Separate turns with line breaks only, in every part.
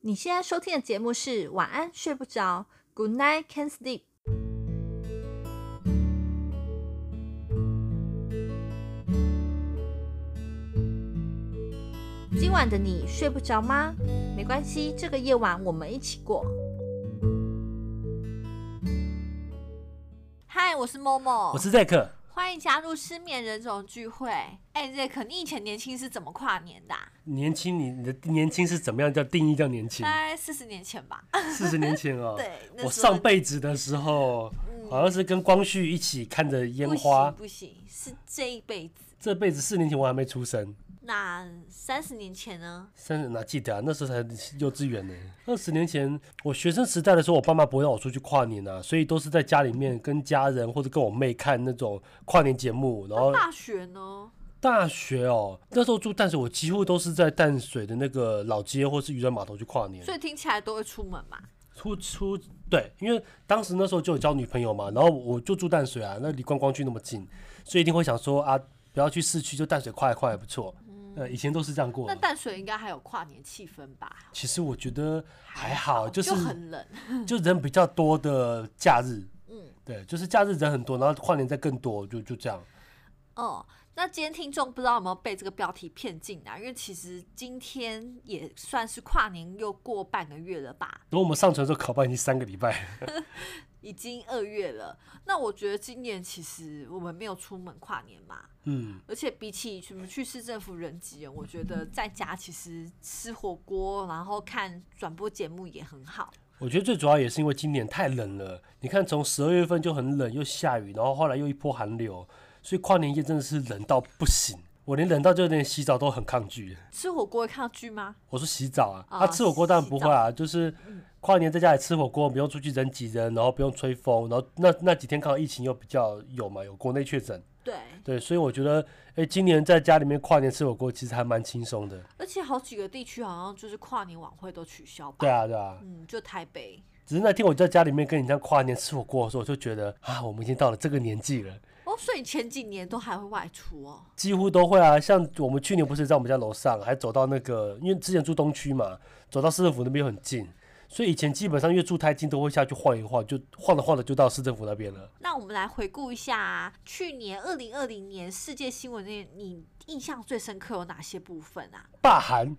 你现在收听的节目是《晚安睡不着》，Good night can't sleep。今晚的你睡不着吗？没关系，这个夜晚我们一起过。嗨，我是 Momo，
我是 Zack，
欢迎加入失眠人种聚会。哎、z a c k 你以前年轻是怎么跨年的、啊？
年轻你你的年轻是怎么样叫定义叫年轻
大？概四十年前吧。
四十年前哦，
对那
我
时候
上辈子的时候
嗯
好像是跟光绪一起看着烟
不
花
行，不行，是这一辈子。
这辈子四年前我还没出生，
那三十年前呢？
三十哪记得啊？那时候才幼稚园呢。二十年前我学生时代的时候，我爸妈不会让我出去跨年啊，所以都是在家里面跟家人或者跟我妹看那种跨年节目， 然后
大哦学呢？
大学哦，那时候住淡水，我几乎都是在淡水的那个老街或是渔人码头去跨年。
所以听起来都会出门嘛。
出出对，因为当时那时候就有交女朋友嘛，然后我就住淡水啊，那离观光区那么近，所以一定会想说啊，不要去市区，就淡水跨一跨也不错。呃，以前都是这样过
嗯那
的。
淡水应该还有跨年气氛吧？
其实我觉得还好，就是
就很冷。
就人比较多的假日，
嗯，
对，就是假日人很多，然后跨年再更多，就就这样。
哦，那今天听众不知道有没有被这个标题骗进啊？因为其实今天也算是跨年又过半个月了吧，
然后我们上传的时候，考班已经三个礼拜，
已经二月了。那我觉得今年其实我们没有出门跨年嘛，
嗯，
而且比起什么去市政府人挤人，我觉得在家其实吃火锅，然后看转播节目也很好。
我觉得最主要也是因为今年太冷了，你看从十二月份就很冷，又下雨，然后后来又一波寒流，所以跨年夜真的是冷到不行。我连冷到就连洗澡都很抗拒。
吃火锅会看到剧吗？
我说洗澡啊，
啊
啊吃火锅当然不会啊，就是跨年在家里吃火锅，不用出去人挤人，然后不用吹风，然后那那几天刚好疫情又比较有嘛，有国内确诊，
对，
对，所以我觉得，哎、今年在家里面跨年吃火锅其实还蛮轻松的。
而且好几个地区好像就是跨年晚会都取消吧。
对啊，对啊，
嗯，就台北，
只是那天我在家里面跟人家跨年吃火锅的时候，我就觉得啊，我们已经到了这个年纪了。
哦，所以前几年都还会外出哦。
几乎都会啊，像我们去年不是在我们家楼上，还走到那个，因为之前住东区嘛，走到市政府那边又很近，所以以前基本上因为住太近都会下去晃一晃，就晃着晃着就到市政府那边了。
那我们来回顾一下去年二零二零年世界新闻那，你印象最深刻有哪些部分啊？
罢韩，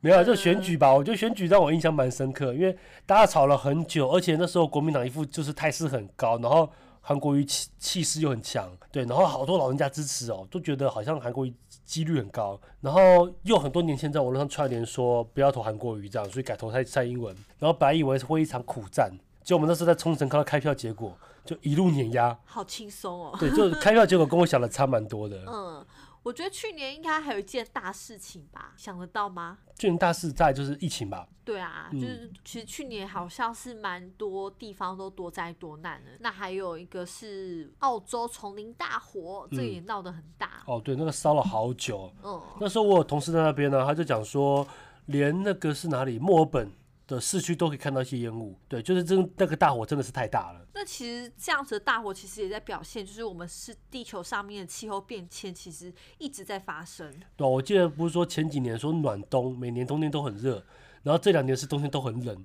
没有啊就选举吧，我觉得选举让我印象蛮深刻，因为大家吵了很久，而且那时候国民党一副就是态势很高，然后韩国瑜气气势又很强，对，然后好多老人家支持哦，都觉得好像韩国瑜几率很高，然后又很多年前在网络上串联说不要投韩国瑜这样，所以改投蔡蔡英文，然后本来以为会一场苦战，结果我们那时候在冲绳看到开票结果，就一路碾压，
好轻松哦。
对，就开票结果跟我想的差蛮多的。
嗯，我觉得去年应该还有一件大事情吧，想得到吗？
最近大事在就是疫情吧，
对啊，就是其实去年好像是蛮多地方都多灾多难的。那还有一个是澳洲丛林大火，这个也闹得很大。
哦，对，那个烧了好久。哦
嗯，
那时候我有同事在那边呢，他就讲说，连那个是哪里，墨尔本的市区都可以看到一些烟雾。对，就是真那个大火真的是太大了。
那其实这样子的大火，其实也在表现，就是我们是地球上面的气候变迁，其实一直在发生。
对啊、我记得不是说前几年说暖冬，每年冬天都很热，然后这两年是冬天都很冷。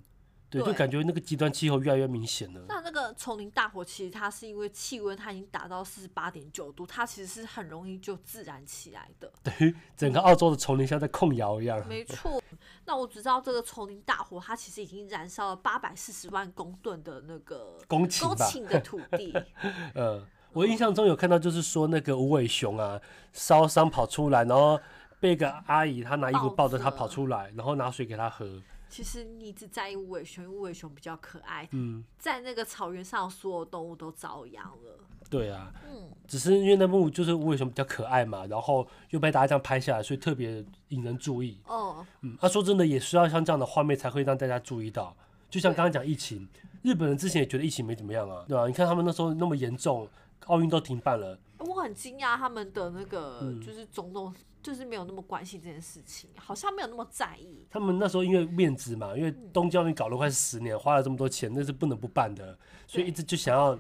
对，
对
就感觉那个极端气候越来越明显了。
那那个丛林大火，其实它是因为气温它已经达到四十八点九度，它其实是很容易就自燃起来的。
等于整个澳洲的丛林像在控窑一样。
没错，那我只知道这个丛林大火，它其实已经燃烧了八百四十万公吨的那个
公顷吧
的土地。
呃，我印象中有看到，就是说那个无尾熊啊，烧伤跑出来，然后被一个阿姨她拿衣服
抱
抱
着
着她跑出来，然后拿水给她喝。
其实你只在意无尾熊，因为无尾熊比较可爱，
嗯，
在那个草原上，所有动物都遭殃了。
对啊，
嗯，
只是因为那幕就是无尾熊比较可爱嘛，然后又被大家这样拍下来，所以特别引人注意。
哦，
嗯，那、说真的，也需要像这样的画面才会让大家注意到。就像刚刚讲疫情，日本人之前也觉得疫情没怎么样啊，对吧、你看他们那时候那么严重，奥运都停办了，
我很惊讶他们的那个
嗯
就是种种，就是没有那么关心这件事情，好像没有那么在意。
他们那时候因为面子嘛，因为东京奥运搞了快十年，花了这么多钱，那是不能不办的，所以一直就想要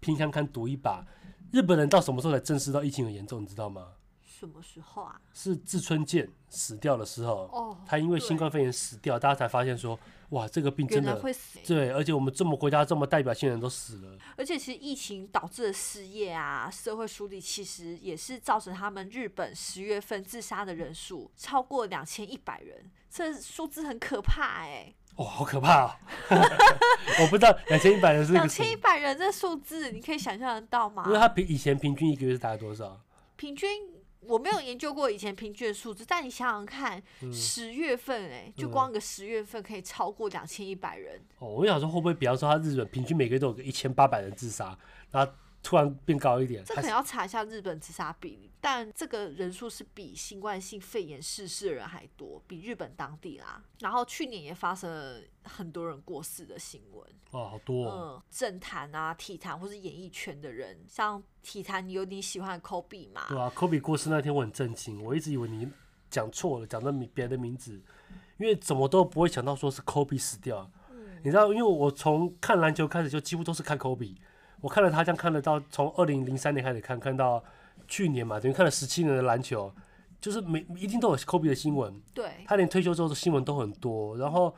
拼看看赌一把。日本人到什么时候才正视到疫情很严重，你知道吗？
什么时候啊？
是志村健死掉的时候，
哦，
他因为新
对
冠肺炎死掉，大家才发现说，哇，这个病真
原来
的
会死，
对，而且我们这么国家这么代表性的人都死了，
而且其实疫情导致的失业啊、社会疏离，其实也是造成他们日本十月份自杀的人数超过两千一百人，这数字很可怕哎、
哦，好可怕 哦！我不知道两千一百人是
2
个
两
什
千一
么，
百人这数字，你可以想象得到吗
因？为他平以前平均一个月是大概多少？
平均。我没有研究过以前平均的数字，但你想想看，十、月份哎、就
嗯
光一个十月份可以超过两千一百人，
哦，我想说会不会，比方说他日本平均每个月都有个一千八百人自杀，然后突然变高一点，
这可
还是
能要查一下日本自杀比例，但这个人数是比新冠性肺炎逝世的人还多，比日本当地啦。然后去年也发生了很多人过世的新闻，
哇，好多、
嗯，
哦，
政坛啊、体坛或是演艺圈的人，像体坛你有你喜欢的 Kobe 嘛，
对啊，科比过世那天我很震惊，我一直以为你讲错了，讲到名别的名字，因为怎么都不会想到说是科比死掉。啊你知道，因为我从看篮球开始就几乎都是看科比，我看了他这样看得到，从二零零三年开始看，看到去年嘛，等于看了十七年的篮球，就是每一定都有科比的新闻，
对，
他连退休之后的新闻都很多。然后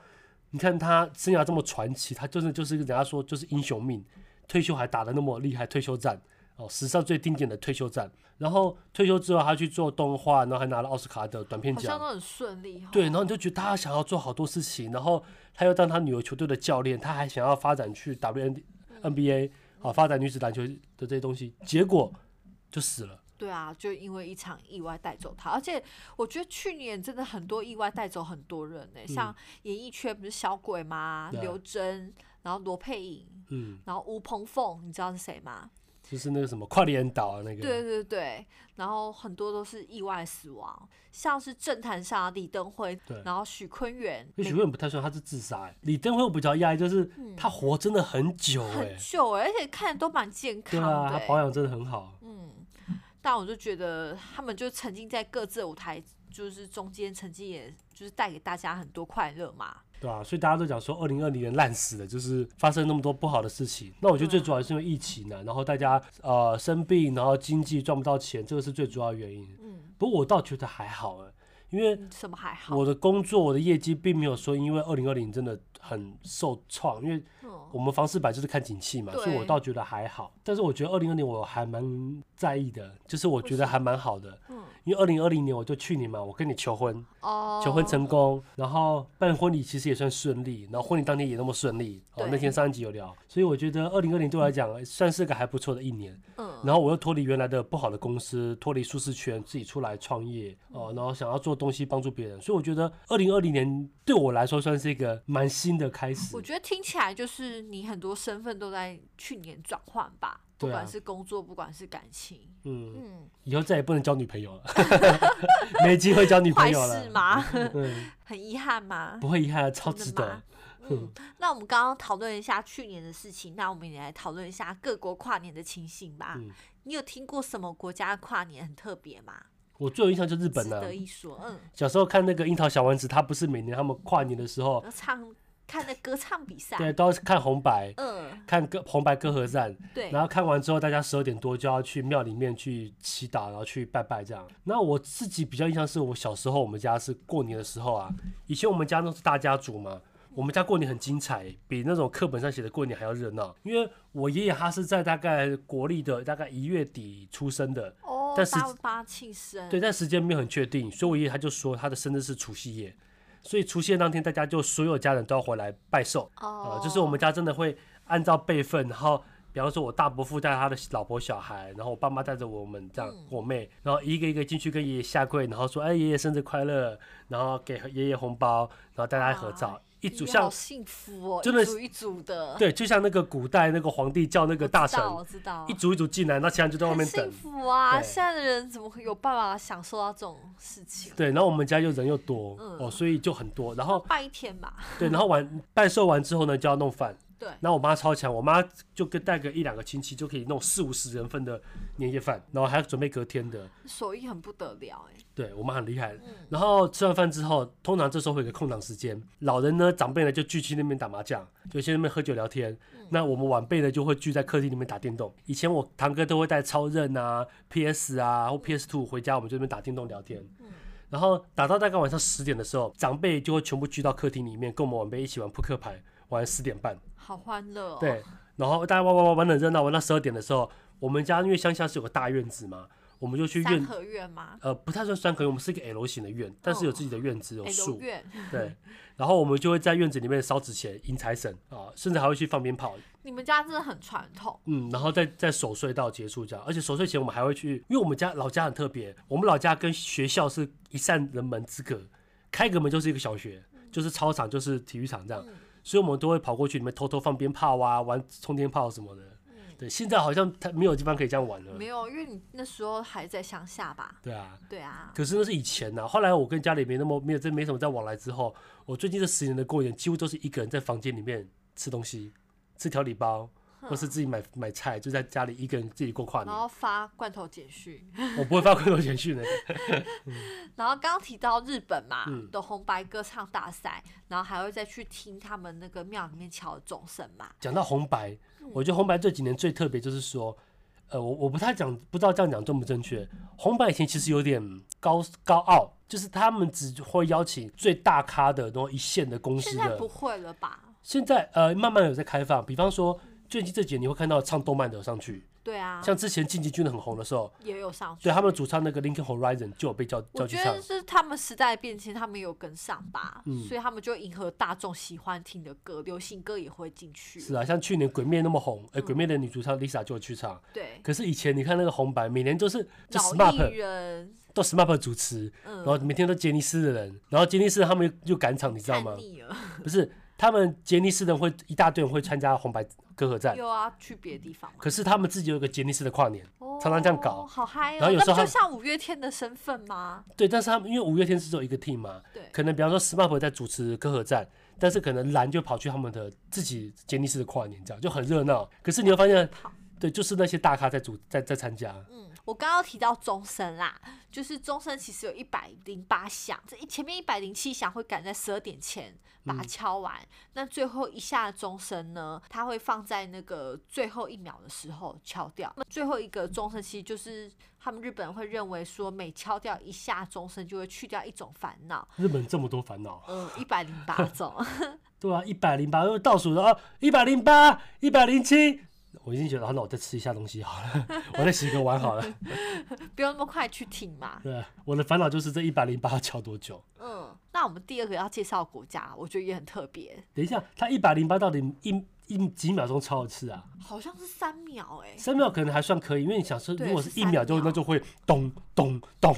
你看他生涯这么传奇，他真的就是人家说就是英雄命，退休还打得那么厉害，退休战哦，史上最经典的退休战。然后退休之后，他去做动画，然后还拿了奥斯卡的短片
好像
奖
都。很顺利哦。
对，然后你就觉得他想要做好多事情，然后他又当他女儿球队的教练，他还想要发展去 WN NBA 啊，发展女子篮球的这些东西，结果就死了。
对啊，就因为一场意外带走他，而且我觉得去年真的很多意外带走很多人呢、欸像演艺圈不是小鬼吗？
嗯对啊
刘真，然后罗佩颖，
嗯，
然后吴鹏凤，你知道是谁吗？
就是那个什么快点岛啊，那个
对对对，然后很多都是意外死亡，像是政坛上的李登辉
对，
然后许坤元，每
因为许愿不太算，他是自杀、欸。李登辉我比较讶异，就是他活真的很久哎、
嗯很久欸、而且看着都蛮健
对
康
啊，
的
他
欸、嗯
保养真的很好。
但我就觉得他们就曾经在各自的舞台，就是中间曾经也就是带给大家很多快乐嘛。
对啊，所以大家都讲说，二零二零年烂死了，就是发生那么多不好的事情。那我觉得最主要是因为疫情啊，然后大家呃生病，然后经济赚不到钱，这个是最主要的原因。
嗯，
不过我倒觉得还好哎、因为
嗯什么还好？
我的工作我的业绩并没有说因为二零二零真的很受创，因为
嗯
我们房市版就是看景气嘛，所以我
对
倒觉得还好。但是我觉得二零二零我还蛮在意的，就是我觉得还蛮好的，
嗯
因为二零二零年我就去年嘛，我跟你求婚，
哦，
求婚成功，然后办婚礼其实也算顺利，然后婚礼当天也那么顺利，哦，
对
那天上一集有聊，所以我觉得二零二零对我来讲哎算是个还不错的一年。
嗯
然后我又脱离原来的不好的公司，脱离舒适圈，自己出来创业哦、
嗯
然后想要做东西帮助别人，所以我觉得二零二零年对我来说算是一个蛮新的开始
我。觉得听起来就是你很多身份都在去年转换吧，不
对啊
管是工作，不管是感情，
嗯，
嗯，
以后再也不能交女朋友了， 没机会交女朋
坏
友
事
了。
吗？
嗯，
很遗憾吗？
不会遗憾，啊超
真
值
的
得
吗。嗯，那我们刚刚讨论一下去年的事情，那我们也来讨论一下各国跨年的情形吧。
嗯
你有听过什么国家的跨年很特别吗？
我最有印象就日本
值
了、
得一说，嗯，
小时候看那个樱桃小丸子，他不是每年他们跨年的时候，
要唱看那歌唱比赛，
哦对，都要看红白，
嗯，
看歌红白歌合战，
对，
然后看完之后，大家十二点多就要去庙里面去祈祷，然后去拜拜这样。那我自己比较印象是我小时候，我们家是过年的时候啊，以前我们家都是大家族嘛，我们家过年很精彩，比那种课本上写的过年还要热闹。因为我爷爷他是在大概国历的大概一月底出生的，
哦，
但是
八八庆生，
对，但时间没有很确定，所以我爷爷他就说他的生日是除夕夜，所以除夕夜当天大家就所有家人都要回来拜寿啊、
哦，
就是我们家真的会按照辈分，然后比方说我大伯父带他的老婆小孩，然后我爸妈带着我们这
嗯
样我妹，然后一个一个进去跟爷爷下跪，然后说哎爷爷生日快乐，然后给爷爷红包，然后大家合照
哇，
一组
你
像
好幸福哦，
真的
一
是
组一组的，
对，就像那个古代那个皇帝叫那
我
个
知
大
道
臣。
我知道
一，组一组进来，那其他人就在外
很
面
幸
等。
福啊！
对
现在的人怎么会有办法享受到这种事情？
对，然后我们家又人又多、
嗯
哦，所以就很多。然后
拜一天吧，
对，然后完拜寿完之后呢，就要弄饭。
对
然后我妈超强，我妈就跟带个一两个亲戚就可以弄四五十人份的年夜饭，然后还要准备隔天的。
手艺很不得了哎、
对我妈很厉害。然后吃完饭之后，通常这时候会有个空档时间，老人呢、长辈呢就聚去那边打麻将，就去那边喝酒聊天。那我们晚辈呢就会聚在客厅里面打电动。以前我堂哥都会带超任啊、PS 啊或 PS Two 回家，我们这边打电动聊天。然后打到大概晚上十点的时候，长辈就会全部聚到客厅里面，跟我们晚辈一起玩扑克牌，玩十点半。
好欢乐哦。
对，然后大家玩玩玩玩的热闹，玩到十二点的时候，我们家因为乡下是有个大院子嘛，我们就去
三
院
合院吗？
呃，不太算山可以我们是一个 L 型的院，但是有自己的院子，有
哎
树，
院，
对。然后我们就会在院子里面烧纸钱、迎财神啊，甚至还会去放鞭炮，
你们家真的很传统，
嗯，然后再再守岁到结束这样。而且守岁前我们还会去，因为我们家老家很特别，我们老家跟学校是一扇人门之隔，开个门就是一个小学，就是操场，就是体育场这样，所以我们都会跑过去里面偷偷放鞭炮啊，玩冲天炮什么的。对，现在好像它没有地方可以这样玩了
没。有，因为你那时候还在乡下吧？
对啊，
对啊，
可是那是以前呐、后来我跟家里没那么没有真没什么在往来之后，我最近这十年的过年几乎都是一个人在房间里面吃东西，吃调理包，或是自己买买菜，就在家里一个人自己过跨
然
年。
后发罐头简讯，
我不会发快乐简讯的，
然后刚刚提到日本嘛、
嗯
的红白歌唱大赛，然后还会再去听他们那个庙里面敲钟声嘛。
讲到红白，我觉得红白这几年最特别就是说，呃，我我不太讲，不知道这样讲正不正确。红白以前其实有点高高傲，就是他们只会邀请最大咖的，然后一线的公司
现
的。
在不会了吧？
现在呃，慢慢有在开放，比方说最近这几年你会看到唱动漫的有上去，
对啊，
像之前晋级军人很红的时候，
也有上去。
对他们主唱那个 Linkin Horizon 就有被叫叫
我
去
觉
唱
得，是他们时代的变迁，他们有跟上吧，
嗯
所以他们就迎合大众喜欢听的歌，流行歌也会进去。
是啊，像去年鬼灭那么红，哎、鬼灭的女主唱 Lisa 就有去唱。
对，
可是以前你看那个红白，每年都是就
老艺
SMAP
人
都 SMAP 主持，
嗯
然后每天都杰尼斯的人，然后杰尼斯他们又又赶场，你知道
看
吗？
腻了，
不是，他们杰尼斯的人会一大堆人会参加红白歌合战，
又要去别的地方嘛。
可是他们自己有一个杰尼斯的跨年，常常这样搞
哦好嗨哦！
然后有时
那
候
不
他
就像五月天的身份吗？
对，但是他们因为五月天是只有一个 team 嘛，
对，
可能比方说 SMAP 在主持歌合战，但是可能蓝就跑去他们的自己杰尼斯的跨年，这样就很热闹。可是你会发现
好，
对，就是那些大咖在主在在参加，
嗯，我刚刚提到钟声啦，就是钟声其实有一百零八响，这一前面一百零七响会赶在十二点前把
嗯
它敲完，那最后一下的钟声呢，它会放在那个最后一秒的时候敲掉。那最后一个钟声其实就是他们日本人会认为说，每敲掉一下钟声就会去掉一种烦恼，
日本这么多烦恼，
嗯，一百零八种。
对啊，一百零八又倒数了啊，一百零八，一百零七。我已经觉得，好，那我再吃一下东西好了， 我再洗个碗好 了。
不要那么快去听嘛。
对，啊我的烦恼就是这一百零八敲多久？
嗯，那我们第二个要介绍的国家，我觉得也很特别，
等一下，他一百零八到底一一几秒钟敲一次啊？
好像是三秒哎、
三秒可能还算可以，因为你想说，
对
如果
是
是一
三
秒就
秒
那就会咚咚咚。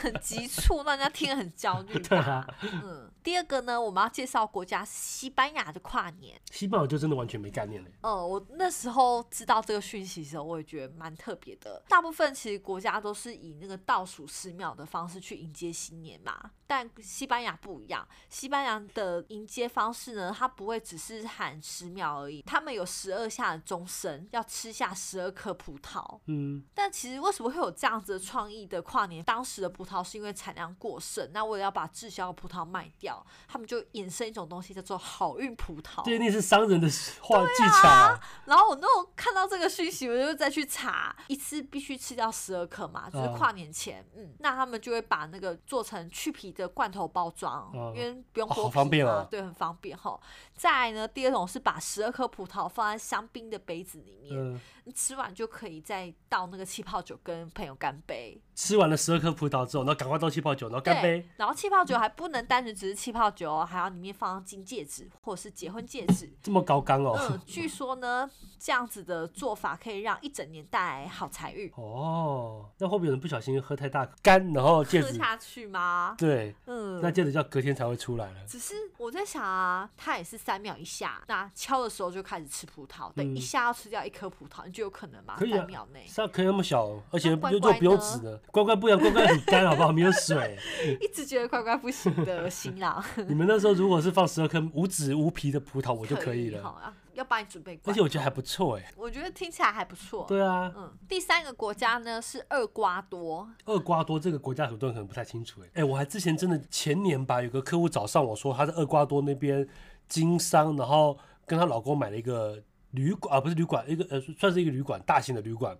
很急促，让人家听得很焦虑
对
吧。
啊，
嗯，第二个呢，我们要介绍国家是西班牙的跨年。
西班牙就真的完全没概念嘞。
呃，我那时候知道这个讯息的时候，我也觉得蛮特别的。大部分其实国家都是以那个倒数十秒的方式去迎接新年嘛，但西班牙不一样。西班牙的迎接方式呢，它不会只是喊十秒而已，他们有十二下的钟声，要吃下十二颗葡萄。
嗯，
但其实为什么会有这样子的创意的跨年？当时的葡萄是因为产量过剩，那为了要把滞销的葡萄卖掉，他们就衍生一种东西叫做好运葡萄。
这一定是商人的话技巧、
然后我那种看到这个讯息，我就再去查，一次必须吃掉十二颗嘛，就是
嗯
跨年前，嗯，那他们就会把那个做成去皮的罐头包装，
嗯
因为不用
哦
剥皮嘛，
好方便哦
对，很方便哈。再来呢，第二种是把十二颗葡萄放在香槟的杯子里面，
嗯，
你吃完就可以再倒那个气泡酒跟朋友干杯，
吃完了十二颗葡萄之后，然后赶快倒气泡酒，然后干
对
杯。，
然后气泡酒还不能单纯只是气泡酒哦，还要里面放金戒指或者是结婚戒指。
这么高纲哦。
嗯，据说呢，这样子的做法可以让一整年带来好财运。
哦，那会不会有人不小心喝太大干，然后戒
喝
指？
下去吗？
对，那
嗯，
戒指就要隔天才会出来了。
只是我在想啊，它也是三秒一下，那敲的时候就开始吃葡萄，对，
嗯
一下要吃掉一颗葡萄，你就有可能嘛，
可以啊
三秒内
是啊，可以那么小哦，而
那
且又
乖
又
乖呢
不用纸的，乖乖不一样，乖乖很干，好不好？没有水。
一直觉得乖乖不行的新郎
你们那时候如果是放十二颗无籽无皮的葡萄，我就可以
好
了。
啊，要帮你准备
而
罐
且我觉得还不错哎、
我觉得听起来还不错。
对啊，
嗯，第三个国家呢是厄瓜多，
厄瓜多这个国家很多人可能不太清楚哎、哎、我还之前真的前年吧，有个客户找上我说他在厄瓜多那边经商，然后跟她老公买了一个旅馆啊，不是旅馆，一个呃算是一个旅馆，大型的旅馆。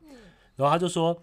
然后他就说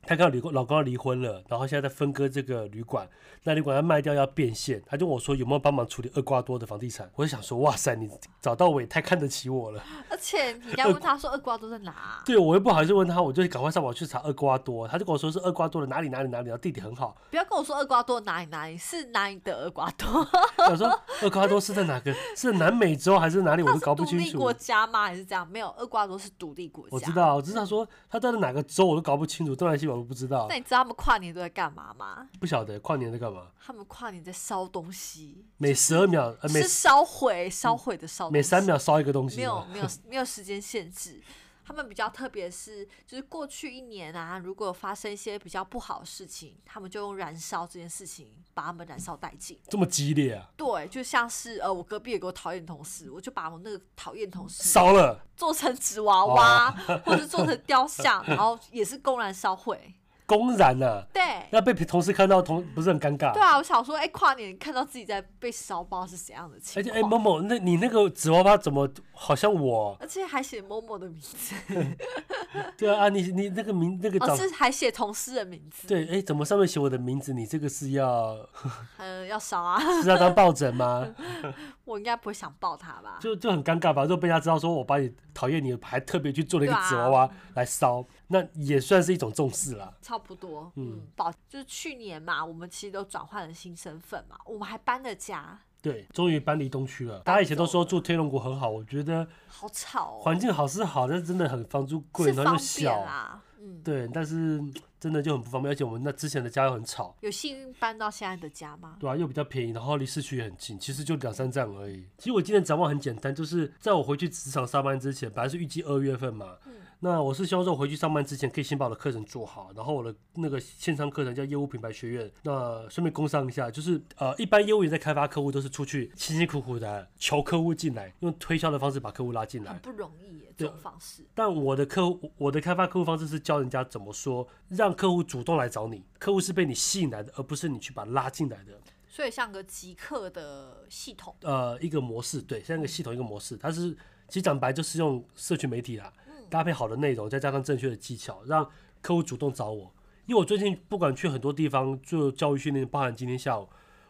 他跟她离老公要离婚了，然后现在在分割这个旅馆，那旅馆要卖掉要变现，他就问我说有没有帮忙处理厄瓜多的房地产？我就想说哇塞，你找到我也太看得起我了。
而且你要问他说厄瓜多在哪啊、
对，我又不好意思问他，我就赶快上网去查厄瓜多，他就跟我说是厄瓜多的哪里哪里哪里，然后地点很好。
不要跟我说厄瓜多哪里哪里是哪里的厄瓜多，
我说厄瓜多是在哪个？是南美洲还是哪里？我
它
都
是
搞不
独
清
立
楚。
国家吗？还是这样？没有，厄瓜多是独立国家。
我知。道，我知道说他在哪个州，我都搞不清楚，东南西北我都不知道
那，你知道他们跨年都在干嘛吗？
不晓得跨年在干嘛。
他们跨年在烧东西，
每十二秒，呃，每
是烧毁、烧毁的烧东西。
每三秒烧一个东西
没有
吗。
没有没有时间限制。他们比较特别是，就是过去一年啊，如果发生一些比较不好的事情，他们就用燃烧这件事情把他们燃烧殆尽。
这么激烈啊！
对，就像是呃，我隔壁有个讨厌同事，我就把我那个讨厌同事
烧哦了，
做成纸娃娃，或者做成雕像，然后也是公然烧毁。
公然啊，
对，
那被同事看到，同不是很尴尬？
对啊，我想说，哎、跨年看到自己在被烧包是怎样的情
而且，
况？
哎，某某，那你那个纸娃娃怎么好像我？
而且还写某某的名 字，
对啊，啊你你那个名那个
哦，
长
是还写同事的名字，
对，哎，怎么上面写我的名字？你这个是要
嗯、要烧啊，
是要当抱枕吗？
我应该不会想抱他吧？
就就很尴尬吧，就被人家知道说我把你讨厌你，还特别去做了一个
对啊
纸娃娃来烧，那也算是一种重视啦。
差不多，嗯，保就是去年嘛，我们其实都转换了新身份嘛，我们还搬了家，
对，终于搬离东区了。大家以前都说住天龙国很好，我觉得
好吵哦，
环境好是好，但是真的很房租贵，
是
然后
方
又
便
小，
啦，嗯，
对，但是嗯真的就很不方便。而且我们那之前的家又很吵，
有幸运搬到现在的家吗？
对啊，又比较便宜，然后离市区也很近，其实就两三站而已。其实我今年展望很简单，就是在我回去职场上班之前，本来是预计二月份嘛，那我是希望说我回去上班之前可以先把我的课程做好，然后我的那个线上课程叫业务品牌学院，那顺便工商一下，就是呃，一般业务员在开发客户都是出去辛辛苦苦的求客户进来，用推销的方式把客户拉进来
很。不容易耶，这
对
种方式，
但我的客户，我的开发客户方式是教人家怎么说，让客户主动来找你，客户是被你吸引来的，而不是你去把他拉进来的。
所以像个极客的系统，
呃一个模式，对，像一个系统一个模式，它是其实讲白就是用社群媒体啦，搭配好的内容，再加上正确的技巧，让客呃户主动找我。因为我最近不管去很多地方做教育训练，包含今天下午，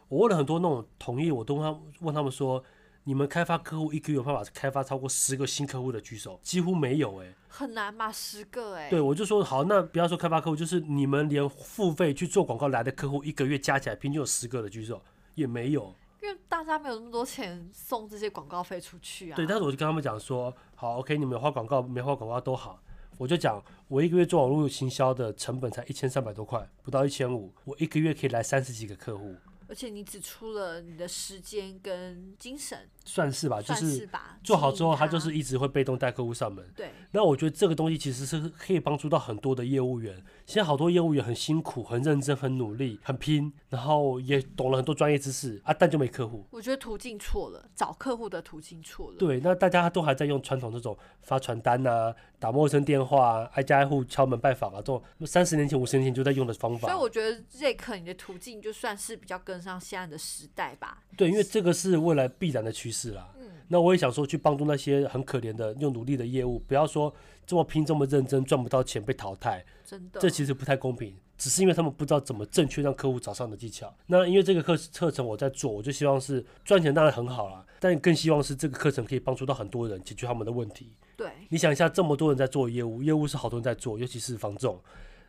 我问了很多那种同业，我都问他问他们说，你们开发客户一个月有办法开发超过十个新客户的举手，几乎没有诶、哎
很难嘛，十个哎，
对，我就说好，那不要说开发客户，就是你们连付费去做广告来的客户，一个月加起来平均有十个的举手，也没有。
因为大家没有那么多钱送这些广告费出去啊。
对，但是我就跟他们讲说，好，OK，你们有花广告没花广告都好，我就讲我一个月做网络行销的成本才一千三百多块，不到一千五，我一个月可以来三十几个客户，
而且你只出了你的时间跟精神，
算是啊吧，就
算
是
吧。
做好之后，
经营它
他就是一直会被动带客户上门。
对，
那我觉得这个东西其实是可以帮助到很多的业务员。现在好多业务员很辛苦、很认真、很努力、很拼，然后也懂了很多专业知识啊，但就没客户。
我觉得途径错了，找客户的途径错了。
对，那大家都还在用传统这种发传单啊、打陌生电话、啊、挨家挨户敲门拜访啊，这种三十年前、五十年前就在用的方
所以
法。
我觉得 Zack 你的途径就算是比较跟上现在的时代吧。
对，因为这个是未来必然的趋势啦。
嗯
那我也想说，去帮助那些很可怜的、又努力的业务，不要说这么拼、这么认真，赚不到钱被淘汰，
真的
这，其实不太公平。只是因为他们不知道怎么正确让客户找上的技巧。那因为这个课课程我在做，我就希望是赚钱当然很好啦，但更希望是这个课程可以帮助到很多人解决他们的问题。
对，
你想一下，这么多人在做业务，业务是好多人在做，尤其是房仲。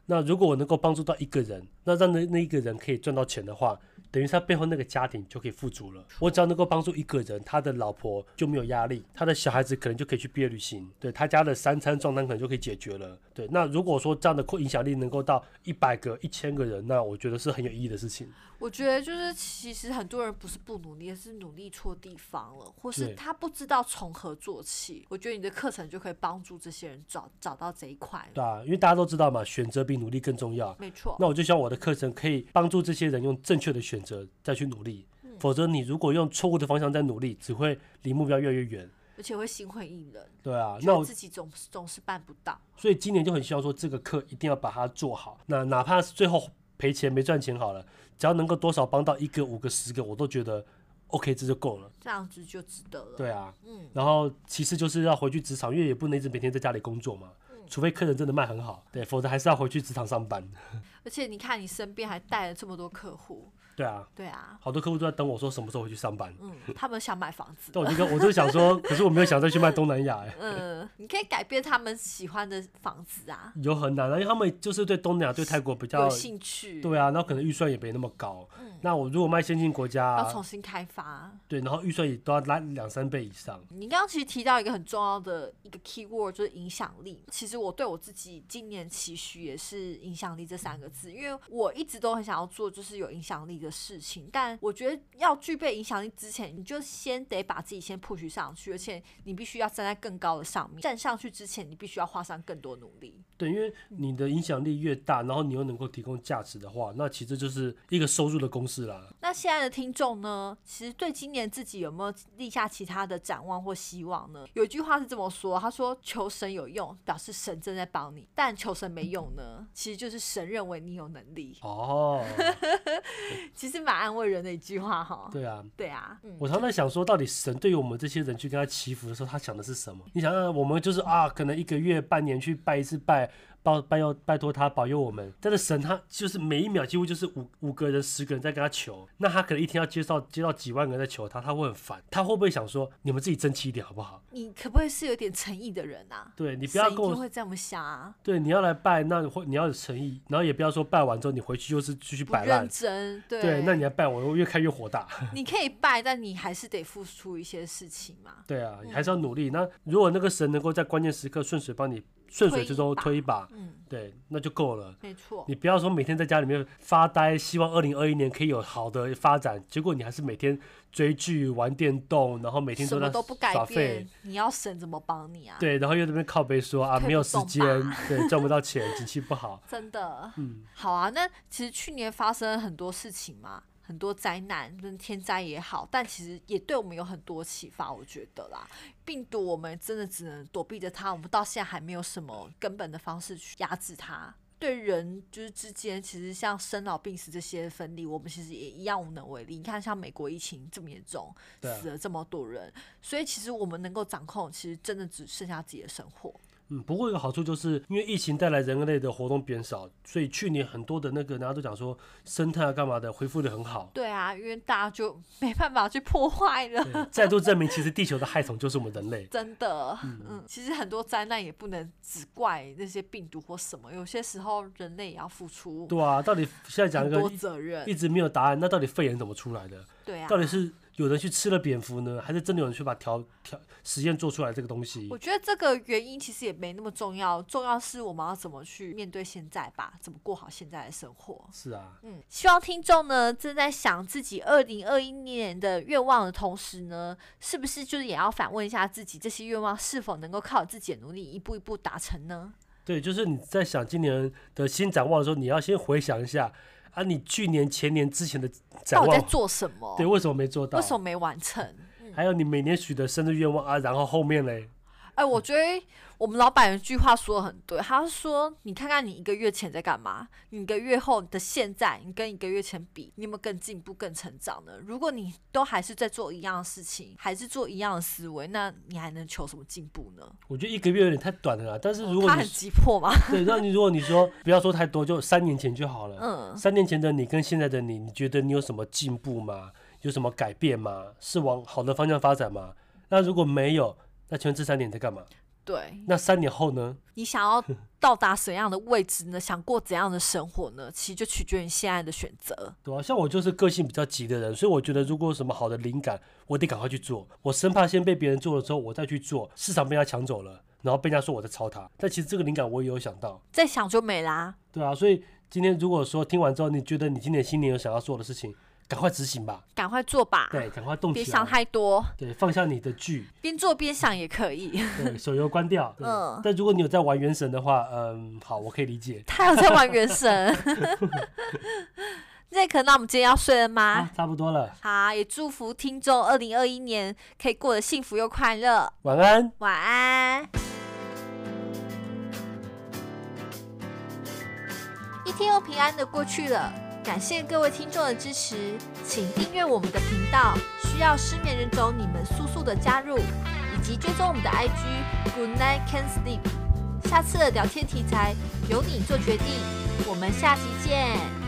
那如果我能够帮助到一个人，那让那那一个人可以赚到钱的话，等于他背后那个家庭就可以富足了。我只要能够帮助一个人，他的老婆就没有压力，他的小孩子可能就可以去毕业旅行，对他家的三餐账单可能就可以解决了。对，那如果说这样的扩影响力能够到一百个、一千个人，那我觉得是很有意义的事情。
我觉得就是其实很多人不是不努力，而是努力错地方了，或是
对
他不知道从何做起。我觉得你的课程就可以帮助这些人找找到这一块。
对啊啊，因为大家都知道嘛，选择比努力更重要。
没错，
那我就希望我的课程可以帮助这些人用正确的嗯选择再去努力，否则你如果用错误的方向在努力，只会离目标越来越远。
而且会心灰意冷，
对啊，
觉
那
得
我
自己总是总是办不到。
所以今年就很希望说这个课一定要把它做好，那哪怕是最后赔钱没赚钱好了，只要能够多少帮到一个、五个、十个，我都觉得 OK，这就够了。
这样子就值得了。
对啊，
嗯，
然后其次就是要回去职场，因为也不能一直每天在家里工作嘛，除非客人真的卖很好，对，否则还是要回去职场上班。
而且你看，你身边还带了这么多客户，
对啊，
对啊，
好多客户都在等我说什么时候回去上班，
嗯，他们想买房子，
但我就跟我就想说，可是我没有想再去卖东南亚、哎，
嗯，你可以改变他们喜欢的房子啊，
有很难啊，因为他们就是对东南亚、对泰国比较
有，兴趣，嗯
对啊，那可能预算也没那么高。那我如果卖先进国家、
要重新开发。
对，然后预算也都要拉两三倍以上。
你刚刚其实提到一个很重要的一个 key word，就是影响力。其实我对我自己今年期许也是影响力这三个字，因为我一直都很想要做就是有影响力的事情，但我觉得要具备影响力之前，你就先得把自己先 push 上去，而且你必须要站在更高的上面。站上去之前，你必须要花上更多努力。
对，因为你的影响力越大，然后你又能够提供价值的话，那其实就是一个收入的公式啦。
那现在的听众呢，其实对今年自己有没有立下其他的展望或希望呢？有一句话是这么说，他说：“求神有用，表示神正在帮你；但求神没用呢，其实就是神认为你有能力。
哦，
其实蛮安慰人的一句话哈。
对啊，
对啊，嗯，
我常在想说，到底神对于我们这些人去跟他祈福的时候，他想的是什么？你想想，我们就是啊，可能一个月、半年去拜一次拜，拜拜要拜托他保佑我们。但是神他就是每一秒几乎就是五五个人、十个人在跟他求，那他可能一天要接到接到几万个人在求他，他会很烦。他会不会想说，你们自己争气一点好不好？
你可不可以是有点诚意的人啊？
对你不要
神一
跟我
定会这么想啊，
对，你要来拜，那你会你要有诚意，然后也不要说拜完之后你回去又是继续
不
摆烂
认。真。对，
对，那你来拜我，我越看越火大。
你可以拜，但你还是得付出一些事情嘛。
对啊，还是要努力。那如果那个神能够在关键时刻顺水帮你顺水
推
之
一
中
把
推一把，
嗯，
对，那就够了。
没错。
你不要说每天在家里面发呆，希望二零二一年可以有好的发展，结果你还是每天追剧、玩电动，然后每天
什
都
么
在
都不改
耍废
变。，你要神怎么帮你啊？
对，然后又在那边靠背说啊
推
没有
不
时
动
间，对，赚不到钱，景气不好。
真的，
嗯，
好啊。那其实去年发生很多事情嘛，很多灾难，跟天灾也好，但其实也对我们有很多启发，我觉得啦。病毒我们真的只能躲避着它，我们到现在还没有什么根本的方式去压制它。对人就是之间，其实像生老病死这些分离，我们其实也一样无能为力。你看，像美国疫情这么严重，
对啊
死了这么多人，所以其实我们能够掌控，其实真的只剩下自己的生活。。
嗯，不过有个好处就是因为疫情带来人类的活动变少，所以去年很多的那个大家都讲说生态啊干嘛的恢复的很好
对啊，因为大家就没办法去破坏了，
对，再度证明其实地球的害虫就是我们人类。
真的。嗯，其实很多灾难也不能只怪那些病毒或什么，有些时候人类也要付出
对啊，到底现在讲
很
一个
多
一
责任
一。直没有答案，那到底肺炎怎么出来的？
对啊，
到底是有人去吃了蝙蝠呢，还是真的有人去把调调实验做出来这个东西
我？觉得这个原因其实也没那么重要，重要是我们要怎么去面对现在吧，怎么过好现在的生活。
是啊，
嗯，希望听众呢正在想自己二零二一年的愿望的同时呢，是不是就是也要反问一下自己，这些愿望是否能够靠自己的努力一步一步达成呢？
对，就是你在想今年的新展望的时候，你要先回想一下啊，你去年、前年之前的展
到底在
望，
做什么？
对，为什么没做到？
为什么没完成？
还有你每年许的生日愿望啊，然后后面嘞，
哎，我觉得我们老板有一句话说的很对，他说：“你看看你一个月前在干嘛，你一个月后的现在，你跟一个月前比，你有没有更进步、更成长呢？如果你都还是在做一样的事情，还是做一样的思维，那你还能求什么进步呢？”
我觉得一个月有点太短了啦。但是如果
哦他
你
很急迫 嘛，
对，那你如果你说不要说太多，就三年前就好了。
嗯，
三年前的你跟现在的你，你觉得你有什么进步吗？有什么改变吗？是往好的方向发展吗？那如果没有，那请问这三年你在干嘛？
对，
那三年后呢？
你想要到达怎样的位置呢？想过怎样的生活呢？其实就取决于你现在的选择。
对啊，像我就是个性比较急的人，所以我觉得如果有什么好的灵感，我得赶快去做。我生怕先被别人做了之后，我再去做，市场被人家抢走了，然后被人家说我在抄他。但其实这个灵感我也有想到，
再想就没啦，
对啊。所以今天如果说听完之后，你觉得你今年新年有想要做的事情，赶快执行吧，
赶快做吧，
对，赶快动
别
起
想
来，
太多，
对，放下你的剧，
边做边想也可以。
对，手游关掉。对
嗯
但如果你有在玩原神的话，嗯，好，我可以理解。
他有在玩原神。 Zack，那我们今天要睡了吗
啊？，差不多了，
好，也祝福听众二零二一年可以过得幸福又快乐，
晚安。
晚安。一天又平安的过去了，感谢各位听众的支持，请订阅我们的频道，需要失眠人种你们速速的加入，以及追踪我们的 IG Good Night Can Sleep。下次的聊天题材由你做决定，我们下期见。